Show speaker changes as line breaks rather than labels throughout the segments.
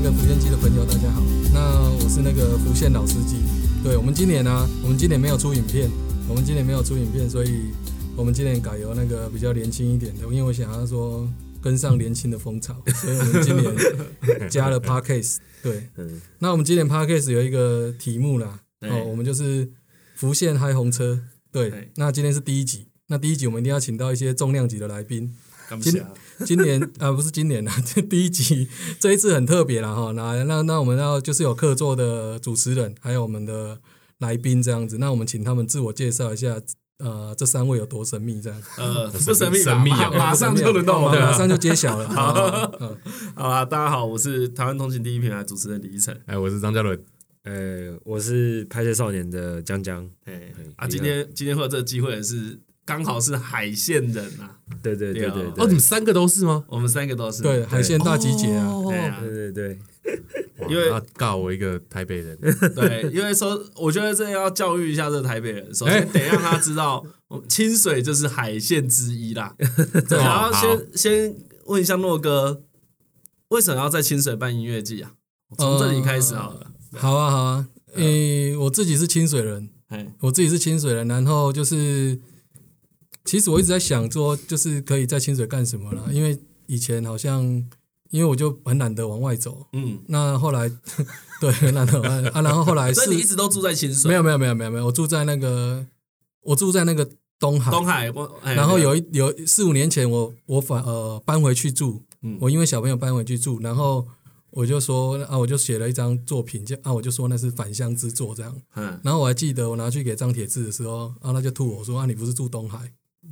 朋友，大家好。那我是那个福建老司机。对我们今年呢、啊，我们今年没有出影片，我们今年没有出影片，所以我们今年改由那个比较年轻一点的，因为我想要说跟上年轻的风潮，所以我们今年加了 podcast。对，
嗯，
那我们今年 podcast 有一个题目啦，哦，我们就是福建嗨红车。对
对，
那今天是第一集，那第一集我们一定要请到一些重量级的来宾。
感
今
谢啊，
今年啊、 不是今年啦，这第一集这一次很特别啦哈。那那那我们要就是有客座的主持人，还有我们的来宾这样子。那我们请他们自我介绍一下，呃，这三位有多神秘这样。
呃，不神秘吧，
神秘啊
马马上就轮到我们
马
了。
上就揭晓了。好，嗯
好啦，大家好，我是台湾通勤第一品牌主持人李依晨。
哎，我是张嘉伦，
呃，我是拍摄少年的江江，
哎
嗯，
啊，今天今天会有这个机会是刚好是海线人啊，
对对对
对
对
啊
哦，你
对
们，三个都是吗？
我们三个都是
对，海鲜大集结
哦
啊，
对啊，
对对对，
哇
因为
那尬我一个台北人，
对，因为说我觉得这要教育一下这台北人，首先得让他知道清水就是海线之一 啦。对，
哦
然后
好
先先问一下诺哥，为什么要在清水办音乐季啊？从这里开始好了。
好啊，好啊。诶、我自己是清水人，
哎，
我自己是清水人，然后就是，其实我一直在想说，就是可以在清水干什么啦？因为以前好像，因为我就很懒得往外走，
嗯，
那后来， 对，很懒得往外啊，然后后来
所以你一
是
直都住在清水，
没有没有没有没有没有，我住在那个，我住在那个东海，
东海，我哎
啊然后
对
有一有四五年前我我反呃搬回去住，
嗯
我因为小朋友搬回去住，然后我就说啊，我就写了一张作品，就啊我就说那是返乡之作这样。
嗯，
然后我还记得我拿去给张铁志的时候，啊，他就吐我说啊，你不是住东海，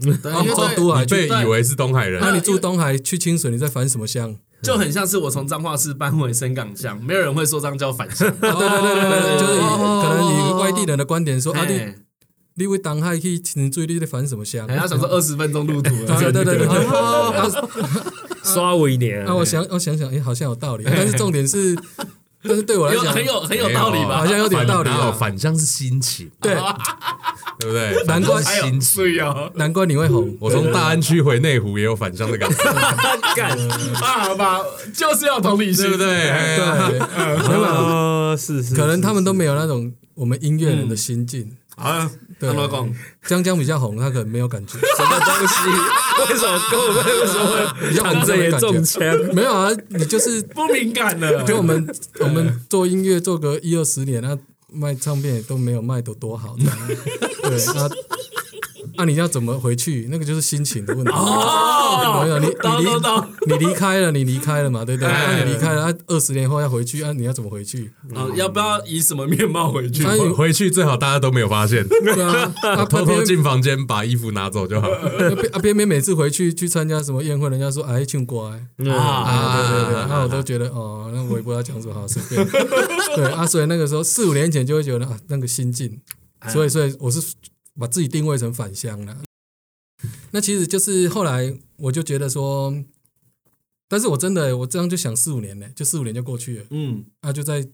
对，
啊，
因为
住
对
都海
你
去，
被以为是东海人
那、，你
因
住
为
东海去清水，你在返什么乡？
就很像是我从彰化市搬回深港乡，没有人会说这样叫返乡。
啊， 对对对对对，就是以
哦
可能以外地人的观 点说啊，你
哎，
你为东海去清水，你在返什么乡？
人家 哎想说二十分钟路途而已，
对对呃对对，啊
刷我一年
啊，我想我想想，哎，好像有 道理，但是重点是，但是对我来
有
讲
很有很有道理吧？
好像有点道理啊
反哪有返乡是心情，
对，
对不对？
难怪
返乡是心情。
对哦，
难怪你会红。
我从大安区回内湖也有返乡的感觉，
干，
爸爸啊就是要同理
对
心
不，对？哎
对，
啊，是是，
可能他们都没有那种我们音乐人的心 境。
啊，
对
他老公，
江江比较红，他可能没有感 觉，
什么东西？为什么跟我们为什么
比较红
躺着
这
也
种
中
感觉。
枪？
没有啊，你就是
不敏感 了，
跟我们我们做音乐做个一二十年，那卖唱片也都没有卖得多好，这 样对啊。那、你要怎么回去？那个就是心情的问题。哦，你
懂
你
懂懂
离你离开了，你离开了嘛，对不对？
哎
那、你离开了，啊二、十年后要回去，啊，你要怎么回 去？
啊，要不要以什么面貌回去？
啊，
回
你
回去最好大家都没有发现，
对啊，啊
偷
偏
偷
偏
进房间把衣服拿走就好。
啊偏偏每次回去去参加什么宴会，人家说哎唱歌哎，
嗯
啊
啊，对对对，然后我都觉得哦，那我也不知道讲什么好，随便。对啊，所以那个时候四五年前就会觉得啊，那个心境，所以所以我是把自己定位成返乡了。那其实就是后来我就觉得说，但是我真的、我这样就想四五年呢、就四五年就过去了
嗯，
啊，就在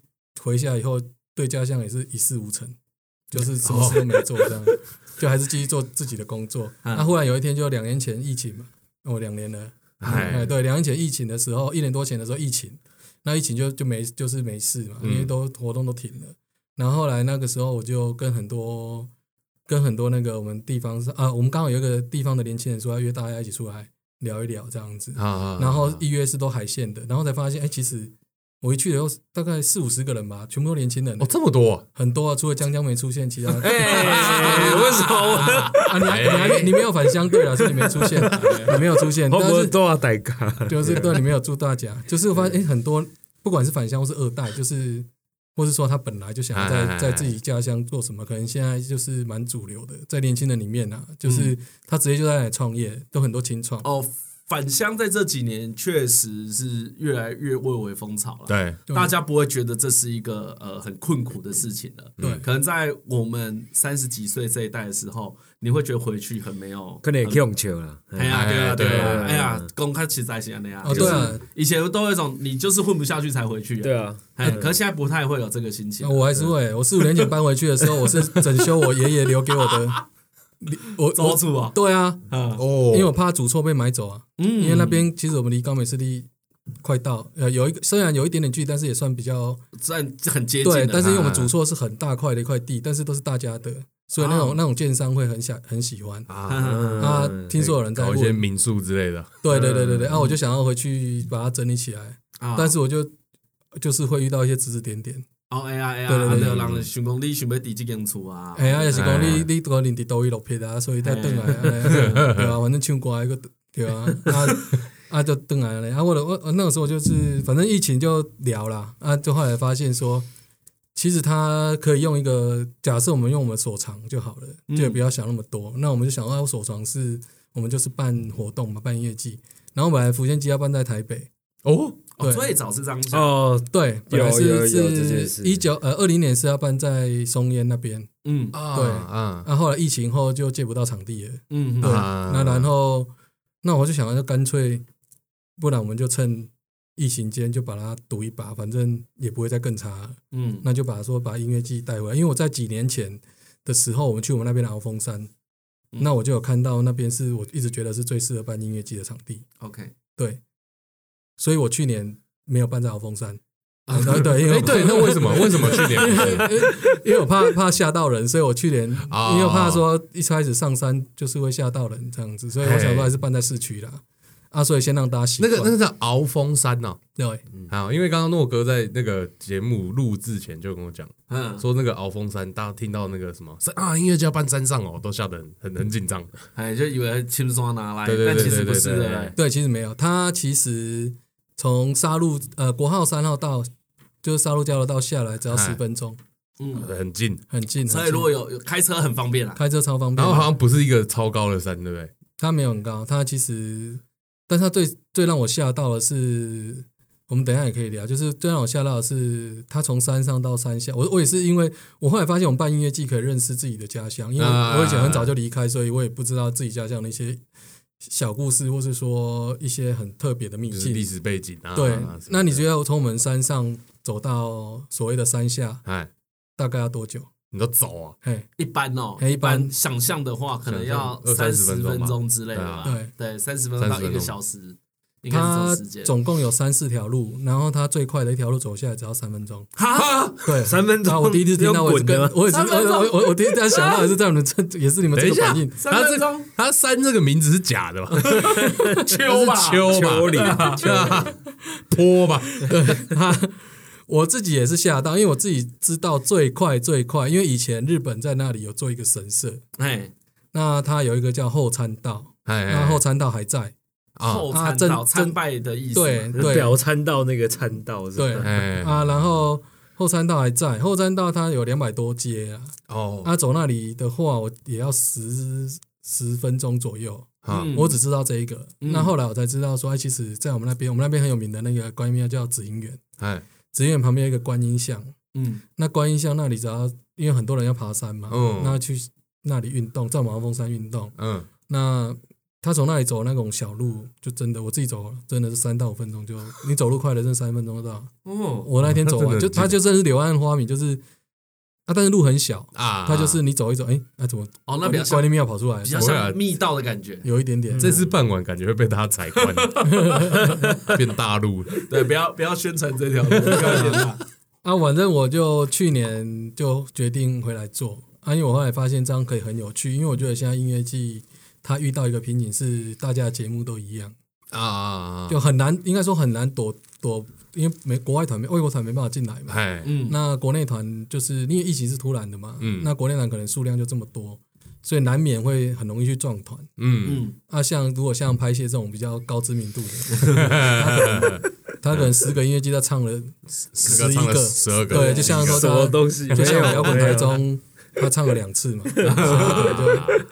回家以后对家乡也是一事无成，就是什么事都没做这样，就还是继续做自己的工作。那、
嗯
忽然有一天就两年前疫情嘛，我、两年了。哎，
哎，
对，两年前疫情的时候，一年多前的时候疫情，那疫情就就没就是没事嘛，因为都活动都停了。然后后来那个时候，我就跟很多跟很多那个我们地方上啊，我们刚好有一个地方的年轻人说要约大家一起出来聊一聊这样子，
啊
然后一约是都海线的，然后才发现，哎，其实我一去的时候大概四五十个人吧，全部都年轻人
哦，这么多，
很多啊，除了江江没出现，其他
哎，为什么
啊，你还你还没你没有返乡，对了，是你没出现，你没有出现，
我
但
我
是
们都要代 咖？
就是对你没有祝大家，就是我发现哎、诶很多不管是返乡或是二代，就是或是说他本来就想要
哎哎
在
哎
在自己家乡做什么，可能现在就是蛮主流的，在年轻人里面啊，就是他直接就在那里创业，都很多清创，
哦，返乡在这几年确实是越来越蔚为风潮了。
对，
对
大家不会觉得这是一个呃很困苦的事情了。
对
可能在我们三十几岁这一代的时候，你会觉得回去很没有，
可能也用球了，
哎呀，对啊，
哎
对
对
啊，
啊
哎呀，公开其实还是那样。
哦对啊，
以前都有一种你就是混不下去才回去。
对，啊，
哎，可是现在不太会有这个心情啊
那。我还是会、我四五年前搬回去的时候，我是整修我爷爷留给我的，我
周
我
处啊，
对啊，
嗯
哦
因为我怕主厝被买走啊，因为那边其实我们离高美湿地快到，呃，有一个虽然有一点点距离，但是也算比较
算很接近
对。
的。
但是因为我们主错是很大块的一块地，但是都是大家的，所以那种、
哦
那种建商会很想很喜欢。
啊，
嗯
啊，听说有人在
搞
问
一，些民宿之类的，
对对对对对，啊，我就想要回去把它整理起来，
啊
但是我就就是会遇到一些指指点点。
哦，哎呀哎呀，
对对
啊
对
就有人想讲你想要抵这间厝啊？
哎呀，也是讲
哎
你你都领伫倒一落撇啊，所以才转来，哎呀对啊，反正唱歌一个对啊，啊啊就转来了。啊，我的我我那个时候就是，反正疫情就聊啦，啊，就后来发现说，其实它可以用一个假设，我们用我们所长就好了，
嗯
就也不要想那么多。那我们就想，啊，我所长是我们就是办活动嘛，办业绩。然后本来福建机要办在台北，
哦，
哦
对
最早是这样想，
哦，
对，本来
有有
是
有这件
是
事
一九呃二零年是要办在松烟那边，
嗯
啊
对
啊
那、啊、后来疫情后就借不到场地了。
嗯
对，
嗯
啊
那然后那我就想，就干脆，不然我们就趁疫情间就把它赌一把，反正也不会再更差了。
嗯，
那就把说把音乐季带回来，因为我在几年前的时候，我们去我们那边的鳌峰山，
嗯
那我就有看到那边是我一直觉得是最适合办音乐季的场地，
OK，
对，所以我去年没有办在鳌峰山。啊， 对，因为
哎，对，那 为什 么为什么去年不是？
因为我怕怕吓到人，所以我去年、
哦
因为我怕说一开始上山就是会吓到人这样子，所以我想说还是办在市区啦。啊，所以先让大家习
那
惯。
个那个叫鳌峰山哦，
对，
好，因为刚刚诺哥在那个节目录制前就跟我讲，
嗯，
说那个鳌峰山，大家听到那个什么山啊，音乐家搬山上哦，都吓得很很很紧张。
哎，就以为轻松拿来
对，对
但
对
其实
对
不
对
是
对
的，
对，其实没有，它其实从沙鹿呃国号三号到就是沙鹿交流道下来只要
哎
十分钟，
嗯，
很近，
很近。
所以
很近
如果有有开车很方便啊啦，
开车超方便，
然后好像不是一个超高的山，对不对？
它没有很高，它其实，但它最最让我吓到的是，我们等一下也可以聊，就是最让我吓到的是，它从山上到山下，我我也是因为我后来发现，我们办音乐季可以认识自己的家乡，因为
啊
我以前很早就离开，所以我也不知道自己家乡的一些小故事，或是说一些很特别的秘
就是历
境。
史背景啊。
对
啊，
那你觉？得从我们山上走到所谓的山下，
哎，
大概要多久？
你都走啊？
嘿，
一般哦，
哎一般
想象的话，可能要
想象
三
二
十
三十分钟
分
吧
钟之类的吧
对啊，
对，三十分钟到一个小时，应该是这
它
种时间。
总共有三四条路，然后它最快的一条路走下来只要三分钟。
哈，
对，
三分钟
啊！我第一次听到，我也是跟
要滚的吗
我也是
啊三分钟
我我我第一次想到也是在你们这，也是你们这
等一
个
下
反应，，
三
他
分
这
钟
他山这个名字是假 的吧？丘吧，丘吧，丘里，坡吧，
我自己也是吓到，因为我自己知道最快最快，因为以前日本在那里有做一个神社，
哎，
那它有一个叫后参道，
哎哎
那后参道还在，
啊，
后
啊
参
真
道
真
参拜的意思嘛，
对对
表参道那个参道是
对
吧？
哎
啊，然后后参道还在，后参道它有两百多街啊，
哦
啊，走那里的话，我也要十十分钟左右，
啊
嗯
我只知道这一个，
嗯
那后来我才知道说，哎，其实，在我们那边，我们那边很有名的那个观音庙叫紫英园。
哎
紫苑旁边有一个观音像，
嗯，
那观音像那里只要因为很多人要爬山嘛，
嗯
那去那里运动，在马峰山运动。
嗯，
那他从那里走那种小路，就真的我自己走，真的是三到五分钟就，你走路快的，真的三分钟就到。
哦，
我那天走
那
完，就
真的很近
他就真的是柳暗花明，就是啊，但是路很小，
啊，
他就是你走一走，哎，那、怎么
哦，那比较像
观音庙跑出来
比？较
不会啊
像密道的感觉，
有一点点，
这次傍晚感觉会被他踩 惯，变大陆了
对，不要不要宣传这 条路，不要宣传，
啊，反正我就去年就决定回来做啊，因为我后来发现这样可以很有趣，因为我觉得现在音乐季它遇到一个瓶颈是大家的节目都一样，
啊啊啊！
就很难，应该说很难躲躲，因为没国外团没外国团没办法进来嘛。
哎，
嗯，
那国内团就是因为疫情是突然的嘛，
嗯
那国内团可能数量就这么多，所以难免会很容易去撞团。
嗯，
嗯，
啊，像如果像拍戏这种比较高知名度的，嗯 他可能他可能十个音乐季他唱了
十
十
个
一
唱了
个，
十二个，
对，就像说
什
他
么 东西？
就像我
啊没有
摇滚台，中，他唱了两次嘛，所以就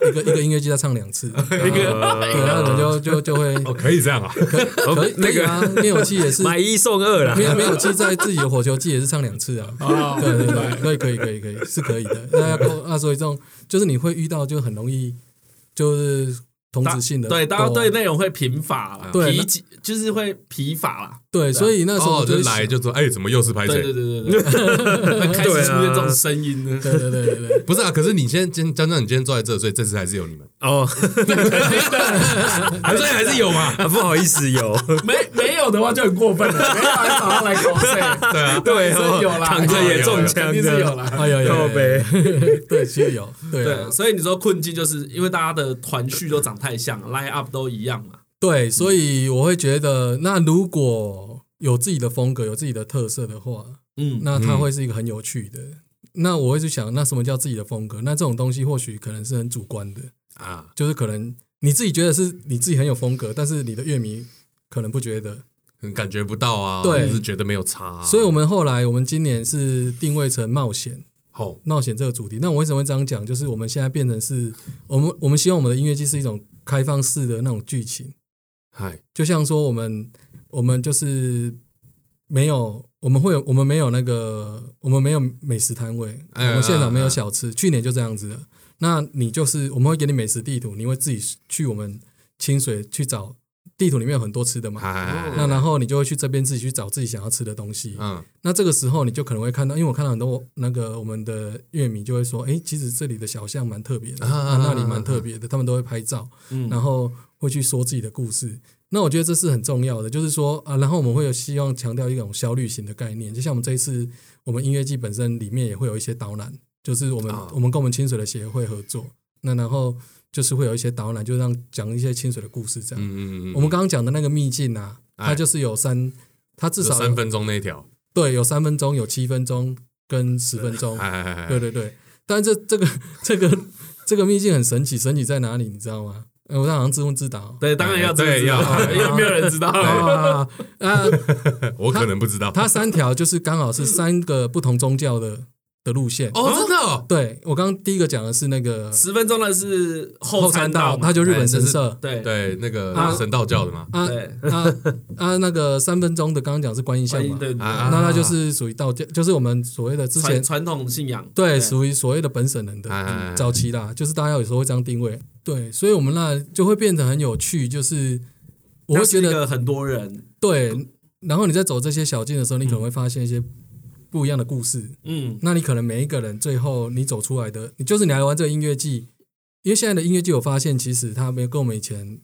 一个一个音乐剧他唱两次，
没有
对，那人就就就会
哦，可以这样啊，
可以那个啊，灭火器也是
买一送二啦。
没有没有器在自己的火球季也是唱两次啊， 对对对，可以可以可以可以是可以的，那要够那所以这种就是你会遇到就很容易就是同质性的
对，大家
多
对内容会贫乏啦，
对
疲
那
极就是会疲乏啦，
对，所 以那时候
哦，
我就
就是来就说，哎，怎么又是拍
对对？
谁
对对对，很开始出现这种声音呢，
对对对对对。
不是啊，可是你现在今天江江，你今天坐在这，所以这次还是有你们
哦，
还是还是有嘛？
啊不好意思，有
没没有的话就很过分了， 没有人找他来口水，
对啊，
对
是
哦
有啦，，
躺着也中枪
肯定是有
的，
啦。
哎呀，有
靠背，
对，其实有，对啊
对，所以你说困境就是因为大家的团序都长太像，line up 都一样嘛。
对，所以我会觉得，那如果有自己的风格、有自己的特色的话，
嗯，
那它会是一个很有趣的。那我会去想，那什么叫自己的风格？那这种东西或许可能是很主观的，
啊，
就是可能你自己觉得是你自己很有风格，但是你的乐迷可能不觉得。
感觉不到啊，
对
就是觉得没有差啊，
所以我们后来，我们今年是定位成冒险，
好
冒险这个主题。那我为什么会这样讲？就是我们现在变成是，我们我们希望我们的音乐剧是一种开放式的那种剧情，
嗨，
就像说我们我们就是没有，我们会有我们没有那个，我们没有美食摊位，我
哎
们现场没
哎
有
哎
小吃，去年就这样子了。那你就是我们会给你美食地图，你会自己去我们清水去找地图里面有很多吃的嘛？
嗨，
哦那然后你就会去这边自己去找自己想要吃的东西。
嗯，
那这个时候你就可能会看到，因为我看到很多那个我们的乐迷就会说，哎，其实这里的小巷蛮特别的，
啊啊
啊
啊
那里蛮特别的，他们都会拍照，
嗯
然后会去说自己的故事。那我觉得这是很重要的，就是说啊，然后我们会有希望强调一种效率型的概念，就像我们这一次我们音乐季本身里面也会有一些导览，就是我们、
啊
我们跟我们清水的协会合作，那然后就是会有一些导览，就让讲一些清水的故事这样。
嗯嗯嗯，
我们刚刚讲的那个秘境啊，它
哎
就是有三，它至
有
少有
三分钟那一条，
对，有三分钟，有七分钟跟十分 钟。
哎哎哎，
对对对，但这这个 这个这个秘境很神奇，神奇在哪里？你知道吗？呃我让人自问自答哦。
对，当哎然要这
对要
样， 因为没有人知道。
啊啊！
哎我可能不知道，
它三条就是刚好是三个不同宗教的的路线。
哦，真的哦，
对我刚刚第一个讲的是那个
十分钟的是后
山
山道嘛，
它就日本
哎这
神
是
社
对
对，那个
啊
神道教的嘛，
啊
对，
啊 啊！那个三分钟的刚刚讲是观音像
观音
嘛，
对
啊
那它就是属于道教，就是我们所谓的之前
传传统信仰
对，属于所谓的本省人的
哎哎
嗯
哎
早期啦，就是大家有时候会这样定位。对，所以我们那就会变得很有趣，就是我会
那是
觉
一
得
个很多人，
对。然后你在走这些小径的时候，你可能会发现一些不一样的故事。
嗯，
那你可能每一个人最后你走出来的，你就是你来玩这个音乐季，因为现在的音乐季，我发现其实它没有跟我们以前，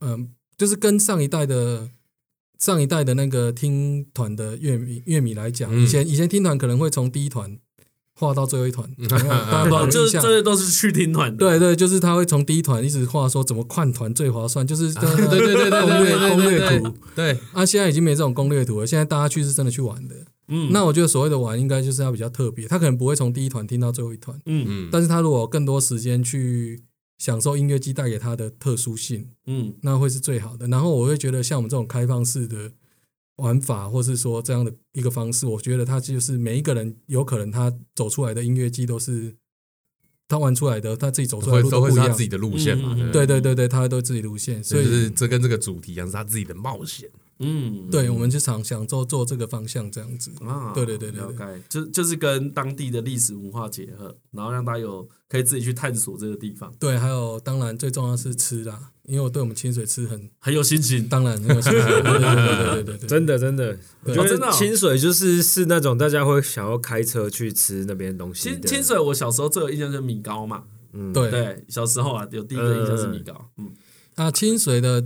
嗯、就是跟上一代的上一代的那个听团的乐迷乐迷来讲，
嗯
以前以前听团可能会从第一团画到最后一 团，有没有大家都有
哦，就
印
是
象
这。些都是去听团的，
对对，就是他会从第一团一直画说怎么换团最划算， 就是对对
对对对对
攻略攻
对
略
对
图
对。对，
啊，现在已经没这种攻略图了，现在大家去是真的去玩的。
嗯，
那我觉得所谓的玩，应该就是要比较特别，他可能不会从第一团听到最后一团，
嗯
嗯，
但是他如果有更多时间去享受音乐季带给他的特殊性，
嗯
那会是最好的。然后我会觉得像我们这种开放式的玩法，或是说这样的一个方式，我觉得它就是每一个人有可能他走出来的音乐季都是他玩出来的，他自己走出来的
会
路
都
都
会
不一
是他
样
自。己的路线嘛，
嗯嗯嗯
对
对对对对，他都自己路线，所
所以
以、
就是这跟这个主题一样，是他自己的冒险。
嗯，
对我们就想想做做这个方向这样子。
啊，
对对对对
了
对
解，就就是跟当地的历史文化结合，然后让大家有可以自己去探索这个地方，
对，还有当然最重要是吃啦，因为我对我们清水吃很
很有心情。
当然很有兴趣。对对对对对对对，
真的真的，
对
我觉
哦真的
得
哦
清水就是是那种大家会想要开车去吃那边东西
清
的。嗯
清水，我小时候最有印象就是米糕嘛，
对呃
对，小时候啊，有第一个印象是米糕，嗯，
啊，清水的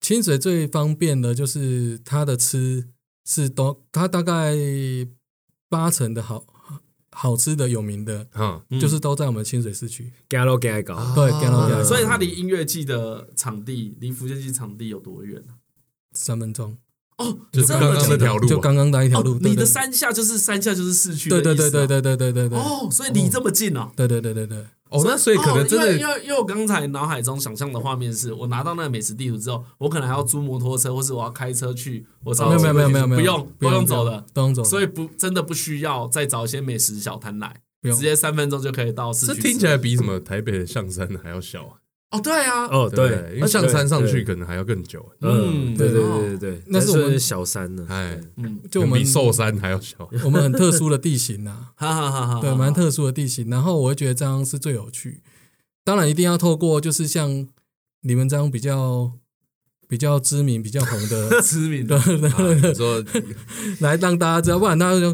清水最方便的就是它的吃是都，它大概八成的好好吃的有名的，
嗯，
嗯
就是都在我们清水市区。
g a l o g a g o
对，干到
嗯
所以它离音乐季的场地，离福建季场地有多远啊
三分钟，
哦，
就是
这
刚
么
刚那
近
条路啊，
就刚刚那一条
哦
路。对
你的
对
山下就是山下就是市区的
对
意思啊，
对对对对对对对对，
哦，所以离这么近哦。
对对对对对。
哦，那所以可能真
哦因为
的
因为因为我刚才脑海中想象的画面是我拿到那个美食地图之后，我可能还要租摩托车，或是我要开车去。我找
没哦有没有没有没有没有，
不用不用走的，，
不用走的，
所以不真的不需要再找一些美食小摊来，
不用
直接三分钟就可以到市
这
区吃。
听起来比什么台北的象山还要小啊？
哦，对啊，
哦，
对不
对，
因为象山上去
对，
可能还要更久。
嗯
嗯，对对
哦
对对对，
那是我们
才算小山呢。
哎，
嗯，
就我们
比寿山还要小。
我们很特殊的地形 呐、
哈哈哈哈，
对，蛮特殊的地形。然后我会觉得这样是最有趣，当然一定要透过就是像你们这样比较比较知名、比较红的
知名的
对，对
啊
对
你
对
说
来让大家知道，不然大家就，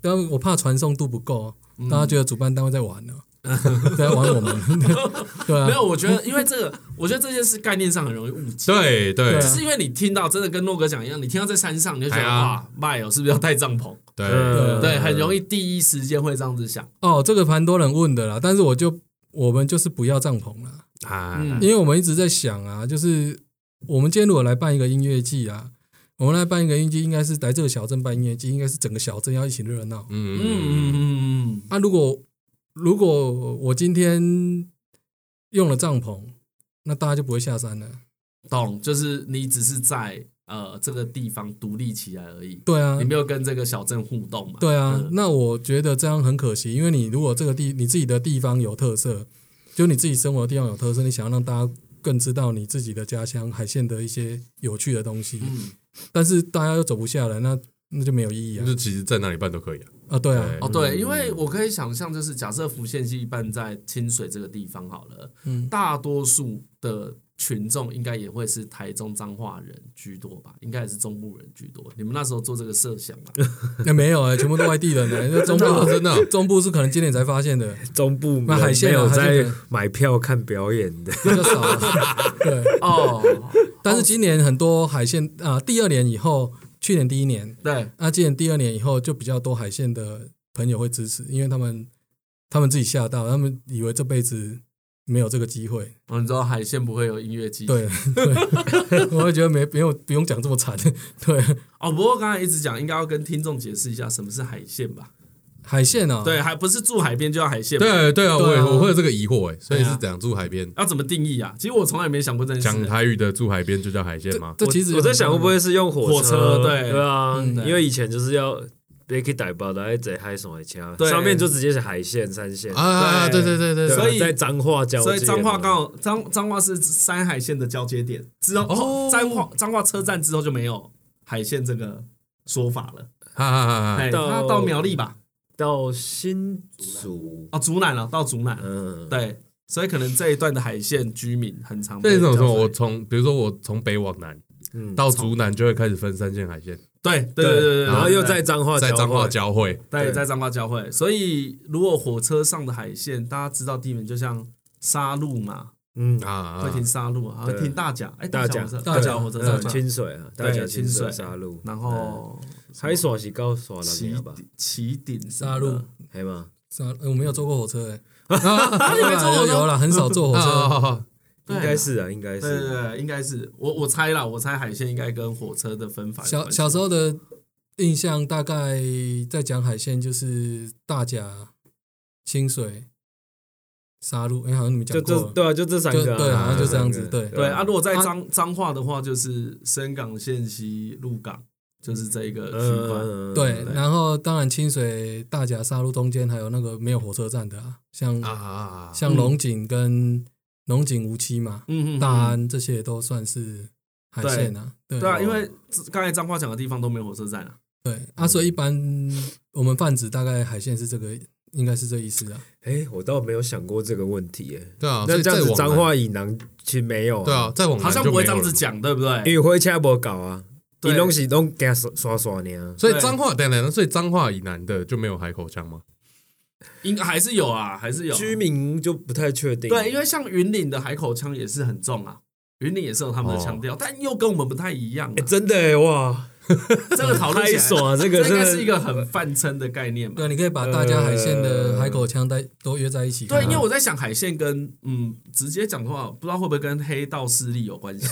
然后我怕传送度不够，
嗯
大家觉得主办单位在玩呢、在玩我们，对啊，
没有，我觉得因为这个，我觉得这件事概念上很容易误解。
对对
对
只是因为你听到真的跟诺哥讲一样，你听到在山上，你就觉得
哎呀
哇，麦哦，是不是要带帐篷？
对，
嗯
对，很容易第一时间会这样子想。
哦，这个盘多人问的啦，但是我就我们就是不要帐篷啦，
啊，
嗯
因为我们一直在想啊，就是我们今天如果来办一个音乐季啊，我们来办一个音乐季，应该是来这个小镇办音乐季，应该是整个小镇要一起热闹。
嗯
嗯
嗯
嗯，
嗯嗯
啊，如果如果我今天用了帐篷，那大家就不会下山了。
嗯，懂，就是你只是在呃这个地方独立起来而已，
对啊
你，没有跟这个小镇互动嘛？
对啊
嗯，
那我觉得这样很可惜，因为你如果这个地你自己的地方有特色，就你自己生活的地方有特色，你想要让大家更知道你自己的家乡海线的一些有趣的东西，
嗯，
但是大家又走不下来，那那就没有意义啊
嗯
就！其实在哪里办都可以啊。
啊，对啊，
哦，对，因为我可以想象，就是假设福建系办在清水这个地方好了，
嗯，
大多数的群众应该也会是台中彰化人居多吧，应该也是中部人居多。你们那时候做这个设想嘛？
那、没有啊、全部都外地人 呢、那中部
真的哦
中部是可能今年才发现的，
中部
那海鲜
没
啊
有
海鲜
在
可能
买票看表演的，
比较少、 啊。对，
哦，
但是今年很多海线啊、第二年以后，去年第一年，
对，
那、今年第二年以后就比较多海线的朋友会支持，因为他们他们自己吓到，他们以为这辈子没有这个机会。
哦，你知道海鲜不会有音乐季，。
对，对 我会觉得没不用不用讲这么惨。对，
哦，不过刚才一直讲，应该要跟听众解释一下什么是海线吧？
海线啊、
对，还不是住海边就叫海线吧，
对对啊，我也
对啊
我会有这个疑惑哎，所以
对啊
是怎样住海边？
要怎么定义啊？其实我从来没想过这件
讲
事。
台语的住海边就叫海鲜吗？
这其实
我我在想会不会是用
火车
车？
对
对啊，
嗯
因为以前就是要 b a k y 逮包的，在海什么枪，
对
上面就直接是海线、山线，
啊，对
对
对对对，对
所以
在彰化交界
所
嘛，
以彰化刚好彰彰化是山海线的交接点，之后、
哦
彰化彰化车站之后就没有海线这个说法了。
哈哈哈哈
哎，
到
他到苗栗吧？
到新竹，
哦，竹南了，到竹南。
嗯，
对，所以可能这一段的海线居民很常
这
被
是
叫
种
做
什么？我从比如说我从北往南
嗯
到竹南就会开始分三线海线，
对对对对，
然后又在
在
彰化
在彰化
化，
交汇，
对
对
在彰化交汇，所以如果火车上的海线，大家知道地名就像沙鹿嘛，
嗯，
啊啊，
会停沙鹿，还会停大甲，哎，
大甲
火车
大
大
甲
甲火车
呃
站嘛，
清水啊，
对
大甲
清
清
水
水沙鹿，
然后
海耍是高耍那
起
边啊吧？
顶起顶
沙鹿，
还吗？
是啊，呃我没有坐过火车哎、
啊，你没坐火
有 有
车？
啦，很少坐火
啊
车。
啊啊
对
应该是啊，应该
对对
是。
对，应该是我我猜啦，我猜海线应该跟火车的分法有
小
关系
小时候的印象大概在讲海鲜，就是大甲、清水、沙鹿，哎、好像你们
就
讲过
就
了。
对啊，就这三个
就
啊，
对
好像就
三
这样
个
子对
对啊，如果在
啊
彰彰化的话，就是深港、线西、鹿港，就是这一个区块。
嗯，
对，
对
然后当然清水、大甲、沙鹿中间还有那个没有火车站的啊，像、
啊啊啊！
像龙井跟龙井无期嘛，
嗯嗯，嗯
大安这些都算是海线啊。对
对啊，因为刚才彰化讲的地方都没有火车站啊。
对啊，所以一般我们泛指大概海线是这个，应该是这意思啊。
哎，我倒没有想过这个问题耶。
对啊，所
那
以
这样
再
子
往
彰
南，
化以南其实没有，
对啊，，再
嗯
往南
好像
就
不会
没
这
有
样子
了。
讲，对不
因
对？
为火车无搞啊，
对
伊拢是拢给刷刷刷呢。
所以
对
彰化等等，所以彰化以南的就没有海口腔吗？
应还是有啊，还是有
居民就不太确定，
对，因为像云岭的海口腔也是很重啊，云岭也是有他们的腔
哦
调，但又跟我们不太一样啊
诶。真的耶哇，
这个讨论起
太
来
爽，啊这
这
个
应
真
该
的
是一个很泛称的概念嘛。
对，你可以把大家海线的海口腔带都约在一起看
对，
啊。
因为我在想海线跟嗯直接讲的话，不知道会不会跟黑道势力有 关系。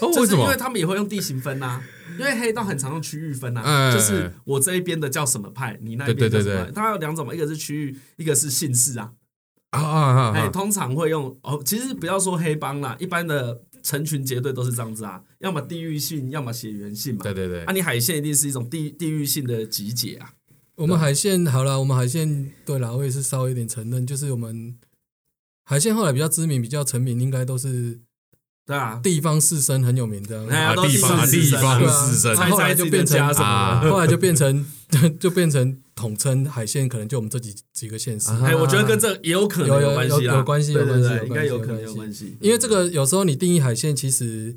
哦，
就
为
是
什
因
么
为？他们也会用地形分啊，因为黑道很常用区域分啊，
哎
就是我这一边的叫什么派，你那一
对
边
对
叫
对
什么派，
对
它有两种嘛，一个是区域，一个是姓氏啊。
啊啊啊
哎，
啊！
通常会用哦，其实不要说黑帮啦，一般的成群结队都是这样子啊，要么地域性，要么血缘性嘛
对。对对
啊，，你海线一定是一种地地域性的集结啊。
我们海线好了，我们海线对啦，我也是稍微有点承认，就是我们海线后来比较知名、比较成名，应该都是
对啊，
地方士绅很有名这样。
哎呀
啊
都是
地方
士绅
地方
对啊
士绅，
啊
猜
后
猜
来
自
就
己的
变成
家什么
啊
的。
后来就变成就变成统称海线，可能就我们这几几个县市。
啊
哎，我觉得跟这也有可能
有有
关系啦，
有有关系
对对
有关
对，
系
应该
有
可
关
能
系
有关系。
因为这个有时候你定义海线，其实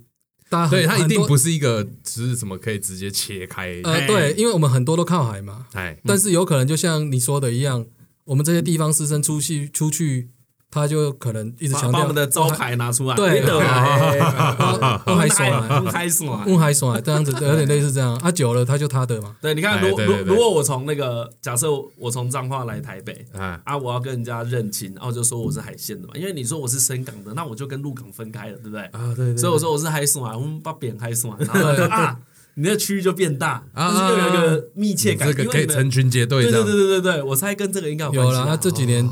大家很
对它一
很
定。
多
不是一个只是什么可以直接切开，
哎
呃，对，因为我们很多都靠海嘛，
哎，
但是有可能就像你说的一样，我们这些地方师生出去出去，他就可能一直
把
强
把
调
我们的招牌拿出来，
对
得
啊，不还爽啊，
不开爽啊。
不还爽啊，这样子有点类似这样啊，久了他就他的嘛，
对，你看，
哎
如
对
如
对对
如果我从那个假设我从彰化来台北
哎，
啊，我要跟人家认亲，然后就说我是海线的嘛，因为你说我是深港的，那我就跟鹿港分开了，对不对？
啊，对
所以我说我是海松啊，我们把扁海松啊，然后就啊，你的区域就变大，
啊
就是又有一个密切感，
这个
因为
可以
你们
成群结队
对
这
对
样
对。对对对，我猜跟这个应该有
有
关系
了。那
啊。
这几年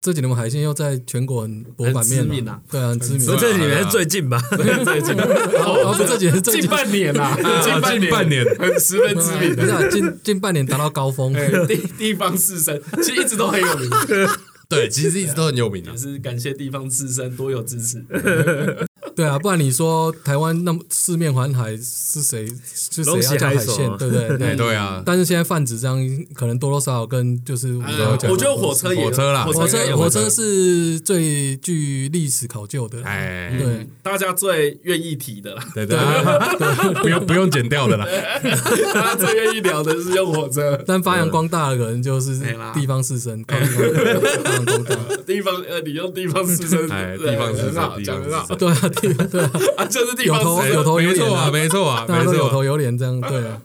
这几年我们海鲜又在全国很博版面
很知名
嘛
啊，
对啊，很知名
说。这里面是最近吧？
哦，不，这几年这几
近半年啊啦，近半
近半年
很十分知名
不是
的
啊近近半年达到高峰，
哎地地方士绅，其实一直都很有名。
对，其实一直都很有名啊
也。是感谢地方自身多有支持，
对啊，不然你说台湾那么四面环海是谁是谁
龙
要
起
叫
海
海
手啊
鲜，对不对？
哎，
对。
对啊，
但是现在泛指这样，可能多多少少跟就是我们
呃
刚刚讲的
我觉得火车也
火车啦
火
火车也
车
有
火车是最具历史考究的啦，
哎，
对
大家最愿意提的 啦，
对对，不用不用剪掉 的啦。
大家最愿意聊的是用火车，
但发扬光大的可能就是
对啦
地方士绅，靠地方发扬光大。
地方呃，你用地方士绅，
哎，
对
地方是
很好，
地
讲得很
方
好
是
对啊，地对啊，
啊，就是地
有
方
头
士
有
绅。
头有
没
脸
错啊，
啊，
没错啊，
大家
没
都有
错啊。
头有脸这样，对 啊，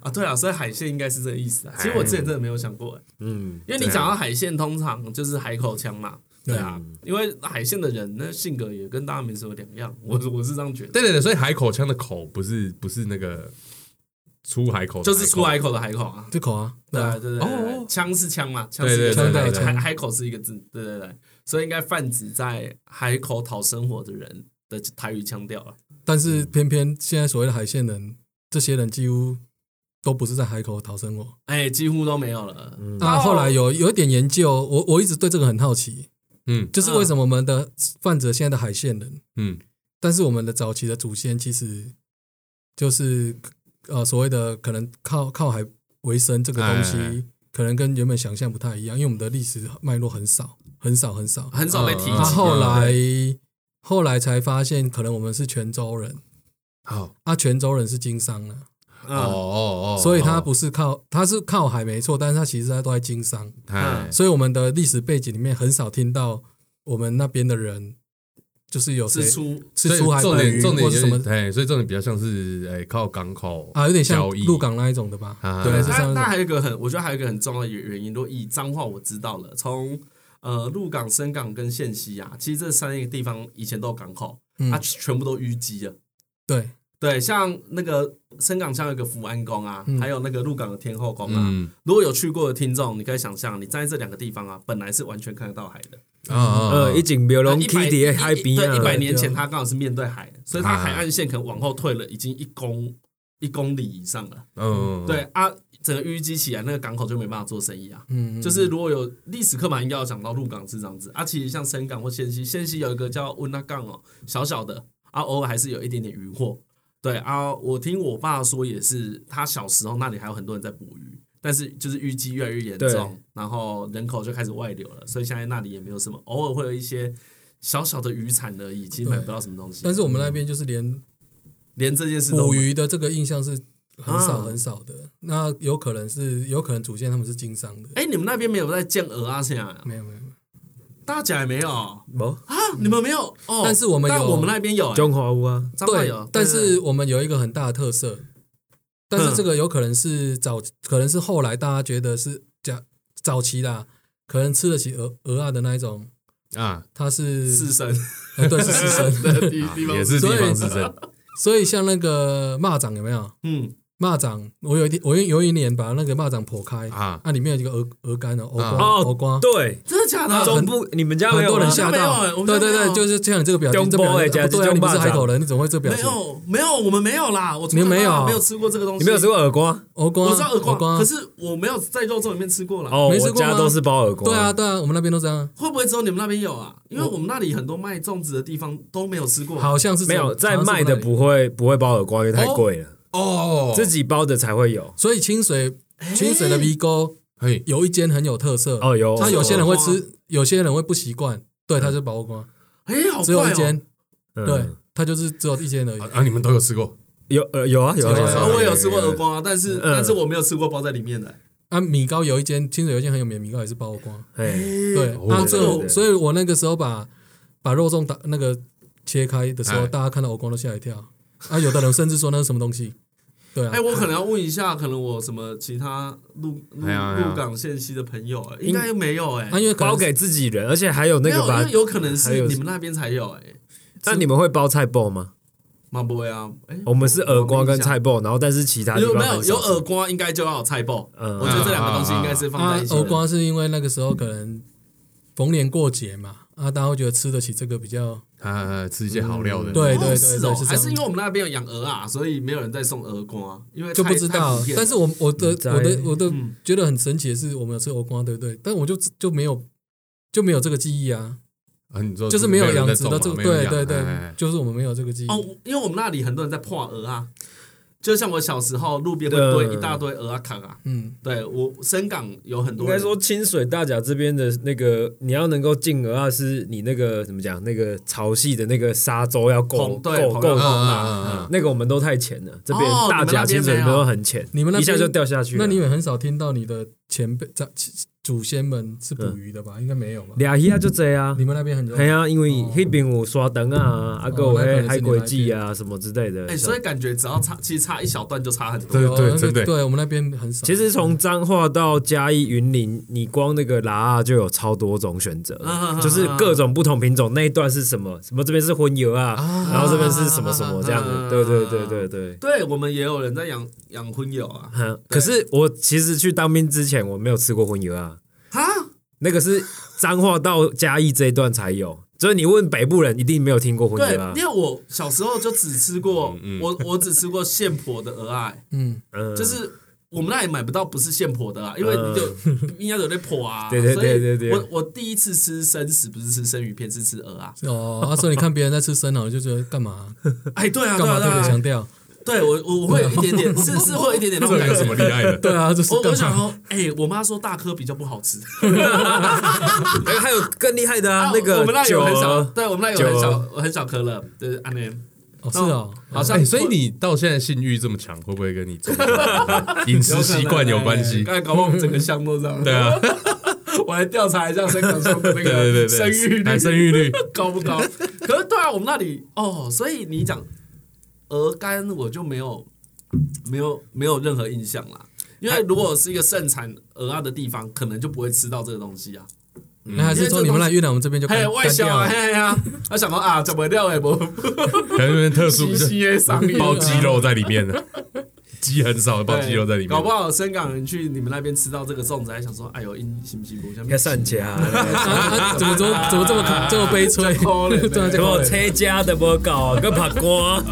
啊，对啊，所以海线应该是这个意思啊。其
哎
实我之前真的没有想过、欸，
嗯，
因为你讲
啊
到海线，通常就是海口腔嘛，对啊，因为海线的人那性格也跟大家没什么两样，我我是这样觉得，
对对对，所以海口腔的口不是不是那个出海口的口，
就是出海口的海口啊。
这口啊，
对
对
啊，
啊，
对对对，枪是枪嘛，枪
对
是一
对
对
个字，
对
海
对
海海口是一个字，对对对，所以应该泛指在海口讨生活的人的台语腔调啊。
但是偏偏现在所谓的海线人，这些人几乎都不是在海口讨生活。
哎，几乎都没有了。
那后来有有一点研究，我我一直对这个很好奇，
嗯
就是为什么我们的患者现在的海线人，
嗯，
但是我们的早期的祖先其实就是呃所谓的可能靠靠海为生这个东西，
哎哎
可能跟原本想象不太一样，因为我们的历史脉络很少很少很少。
很少被提
嗯
那
嗯
啊
起。
后来后来才发现，可能我们是泉州人，
好
啊，泉州人是经商了、
嗯
哦
啊
哦哦，
嗯所以他不是靠他是靠海没错，但是他其实他都在经商。
哎
所以我们的历史背景里面很少听到我们那边的人就是有谁
是出
是出海捕
重点
鱼
重点
或
有
者什么
点哎，所以重点比较像是哎靠港口
啊，有点像
交易
鹿港那一种的吧？
啊
对，
啊
是
嗯那
像那
那
种
还有一个很，我觉得还有一个很重要的原因，如果以彰化我知道了，从呃鹿港、深港跟县西啊，其实这三个地方以前都有港口，
嗯
它、全部都淤积了。
对
对，像那个深港像有个福安宫啊，
嗯
还有那个鹿港的天后宫啊，
嗯
如果有去过的听众，你可以想象，你站在这两个地方啊，本来是完全看得到海的。
啊啊，
呃，一景流龙
一百
K 的海边
对，一百
啊，
年前它刚好是面对海，所以它海岸线可能往后退了，已经一公一公里以上了。
嗯
对啊，整个淤积起来，那个港口就没办法做生意啊。
嗯，
就是如果有历史课本应该要讲到鹿港是这样子啊，其实像深港或仙溪，仙溪有一个叫温那港哦，小小的啊，偶尔还是有一点点渔获。对啊，我听我爸说也是，他小时候那里还有很多人在捕鱼，但是就是淤积越来越严重
对，
然后人口就开始外流了，所以现在那里也没有什么，偶尔会有一些小小的渔产而已，其实买不到什么东西。
但是我们那边就是连
连这件事都
捕鱼的这个印象是很少
啊
很少的，那有可能是有可能祖先他们是经商的，
哎，你们那边没有在建鹅啊？现在
没有没有，没有
大甲也没有啊？
不，
你们没有哦？
但是我们
但
有
我们那边有哎
中华屋啊，
彰化
对
有，，
但
对对
是我们有一个很大的特色，但是这个有可能是早，可能是后来大家觉得是假早期啦，可能吃得起鹅鹅啊的那一种，
啊，
它是
四神
呃对是私 生，
的地
啊
地方
也是地方自身
所以像那个蚂蚱有没有？
嗯，
蚂蚱，我有一天我有有一年把那个蚂蚱剖开啊，
啊，
那里面有一个鹅鹅肝的鹅
啊
瓜，
哦
鹅瓜。
对，
真的假的？
中部你们家没
很
有
多人
吗？
吓
我们家
到
没有欸我，们家
对对
没有
对，就是这样，你这个表情，这
中
表
波欸
情啊
假
不对啊，
中
你不是
霸
海口
掌
人，你怎么会这表
没
情？
有没有，我们没有啦，我从
你们没有
小到大没有吃过这个东西，
你没有吃过耳瓜？
鹅瓜，
我知道耳
鹅
光，可
瓜，
是我没有在肉粽里面吃过啦。
哦，
没吃
我
过吗
家都是包耳瓜。
对啊，对啊，我们那边都这样啊，
会不会只有你们那边有啊？因为我们那里很多卖粽子的地方都没有吃过。
好像是
没有
这样
在卖的，不会不会包耳瓜，因为太贵了，
哦，
自己包的才会有。
所以清水清水的鼻沟
嘿，
有一间很有特色，
哦，有，
他有些人会
鹅
吃，有些人会不习惯，对，他就包瓜，
哎，好
只有
怪
一
哦！
间，
嗯
对，他就是只有一间而已。
啊，你们都有吃过
有呃有啊有啊
有
有
啊
啊
有啊
有啊，
我也有吃过耳光啊，但是
嗯
但是我没有吃过包在里面的。
啊，米糕有一间清水有一间很有名的米糕也是爆瓜，
哎，
对
哦，
啊，
对
这
对
我
对
所以我那个时候把把肉粽打那个切开的时候，
哎
大家看到欧光都吓一跳，啊，有的人甚至说那是什么东西， 对啊
哎、，我可能要问一下，可能我什么其他鹿鹿
哎呀哎呀
鹿港县西的朋友、哎应该没有哎、
啊，因为可
包
能
给自己人，而且还有那
没
个
有，
吧
因为，有可能
还
是
有
你们那边才有哎、
那你们会包菜包吗？
马博呀，哎、
我们是耳光
我没
跟
印象
菜包，然后但是其他地
有
方
没有
很
有
少
耳瓜，应该就要有菜爆。
嗯
我觉得这两个东西应该是放
啊
在一，起
欧
的。
光是因为那个时候可能逢年过节嘛，啊，大家会觉得吃得起这个比较，
啊，吃一些好料的，
对对对
哦是哦
对是这样，
还是因为我们那边有养鹅啊，所以没有人在送鹅瓜，因为
就
太
不知
太
道
普遍。了
但是我我的
在
我的我的
嗯
觉得很神奇的是，我们有吃欧光，对不对？但我就就没有就没有这个记忆啊，
啊，你说
就是没有
人
养
在
殖
种
的
嘛
这个，
没有
对
养
对
哎哎
对
哎，
就是我们没有这个记忆。
哦，因为我们那里很多人在破鹅啊，就像我小时候路边会
对
堆一大堆鹅啊扛啊，
嗯，
对我深港有很
应
多
该
人，
说清水大甲这边的那个，你要能够进鹅啊，是你那个怎么讲？那个潮汐的那个沙洲要够
捧对
够
捧
够
到
大，
嗯嗯嗯嗯
那个我们都太浅了，这边
哦
大甲
你们那边
清水
没有
都很浅，
你们那
一
边
下就掉下去了。
那你也很少听到你的前辈在祖先们是捕鱼的吧？应该没有吧？
俩鱼啊就这样
你。们那边很多
系啊，因为
哦
迄边有沙灯啊，啊个有
那可能是
迄
你
海鬼记啊什么之类的。
哎，所以感觉只要差，其实差一小段就差很多。
对
有
对
哦那个
真的
对我们那边很少。
其实从彰化到嘉义、云林，你光那个拉啊就有超多种选择
啊，
就是各种不同品种。那一段是什么？什么这边是荤油啊，
啊
然后这边是什么什么这样
啊
子。对对对对对。
对我们也有人在养养荤友啊，
哼可是我其实去当兵之前，我没有吃过荤油啊。
啊，
那个是彰化到嘉义这一段才有，所以你问北部人一定没有听过荤
对
油啊，。
因为我小时候就只吃过
嗯，嗯
我我只吃过现婆的鹅啊，
嗯，
嗯
就是我们那里买不到不是现剖的啦，因为你就应该有在剖啊。
对对对对对
所以我我第一次吃生食不是吃生鱼片，是吃鹅啊。
哦，啊，所以你看别人在吃生蚝，你就觉得干嘛
哎，对啊，
干
对
嘛
啊，
特别
对
强
啊，
调？
对我我我会有一点点，是是会有一点点那
这
种
个
感
有什么
觉。
厉害的？
对啊，就是
我我
干
想
嘛？
说，哎，我妈说大颗比较不好吃，
哎还有更厉害 的啊，那
我
个
们那里
酒
有很少，
啊，
对我们那里有很少
酒
很少可乐，对，安内
哦，是哦，
好像
哎，所以你到现在性欲这么强，会不会跟你 种饮食习惯有关系？
刚才搞不好我们整个项目这样。
对啊，
我来调查一下生港上的那
对对
个
对对，
生育率
哎。生育 率，
高不高？ 可是对啊，我们那里哦，所以你讲鹅肝，我就没有没有没有任何印象啦。因为如果是一个盛产鹅啊的地方，可能就不会吃到这个东西啊。
那还是从你们来越南，我们这边就
还
干
有外销啊，
干掉了
嘿呀，我想说啊，怎么料也不
可能有点特殊，就
西 A 上瘾
包鸡肉在里面的，鸡很少包
对
鸡肉在里面，
搞不好深港人去你们那边吃到这个粽子，还想说，哎呦，因行不行不？
要善家，
啊 啊，怎么怎么怎么这么这么悲催？ 对啊，这
给
个
我车家的无够，跟拍光。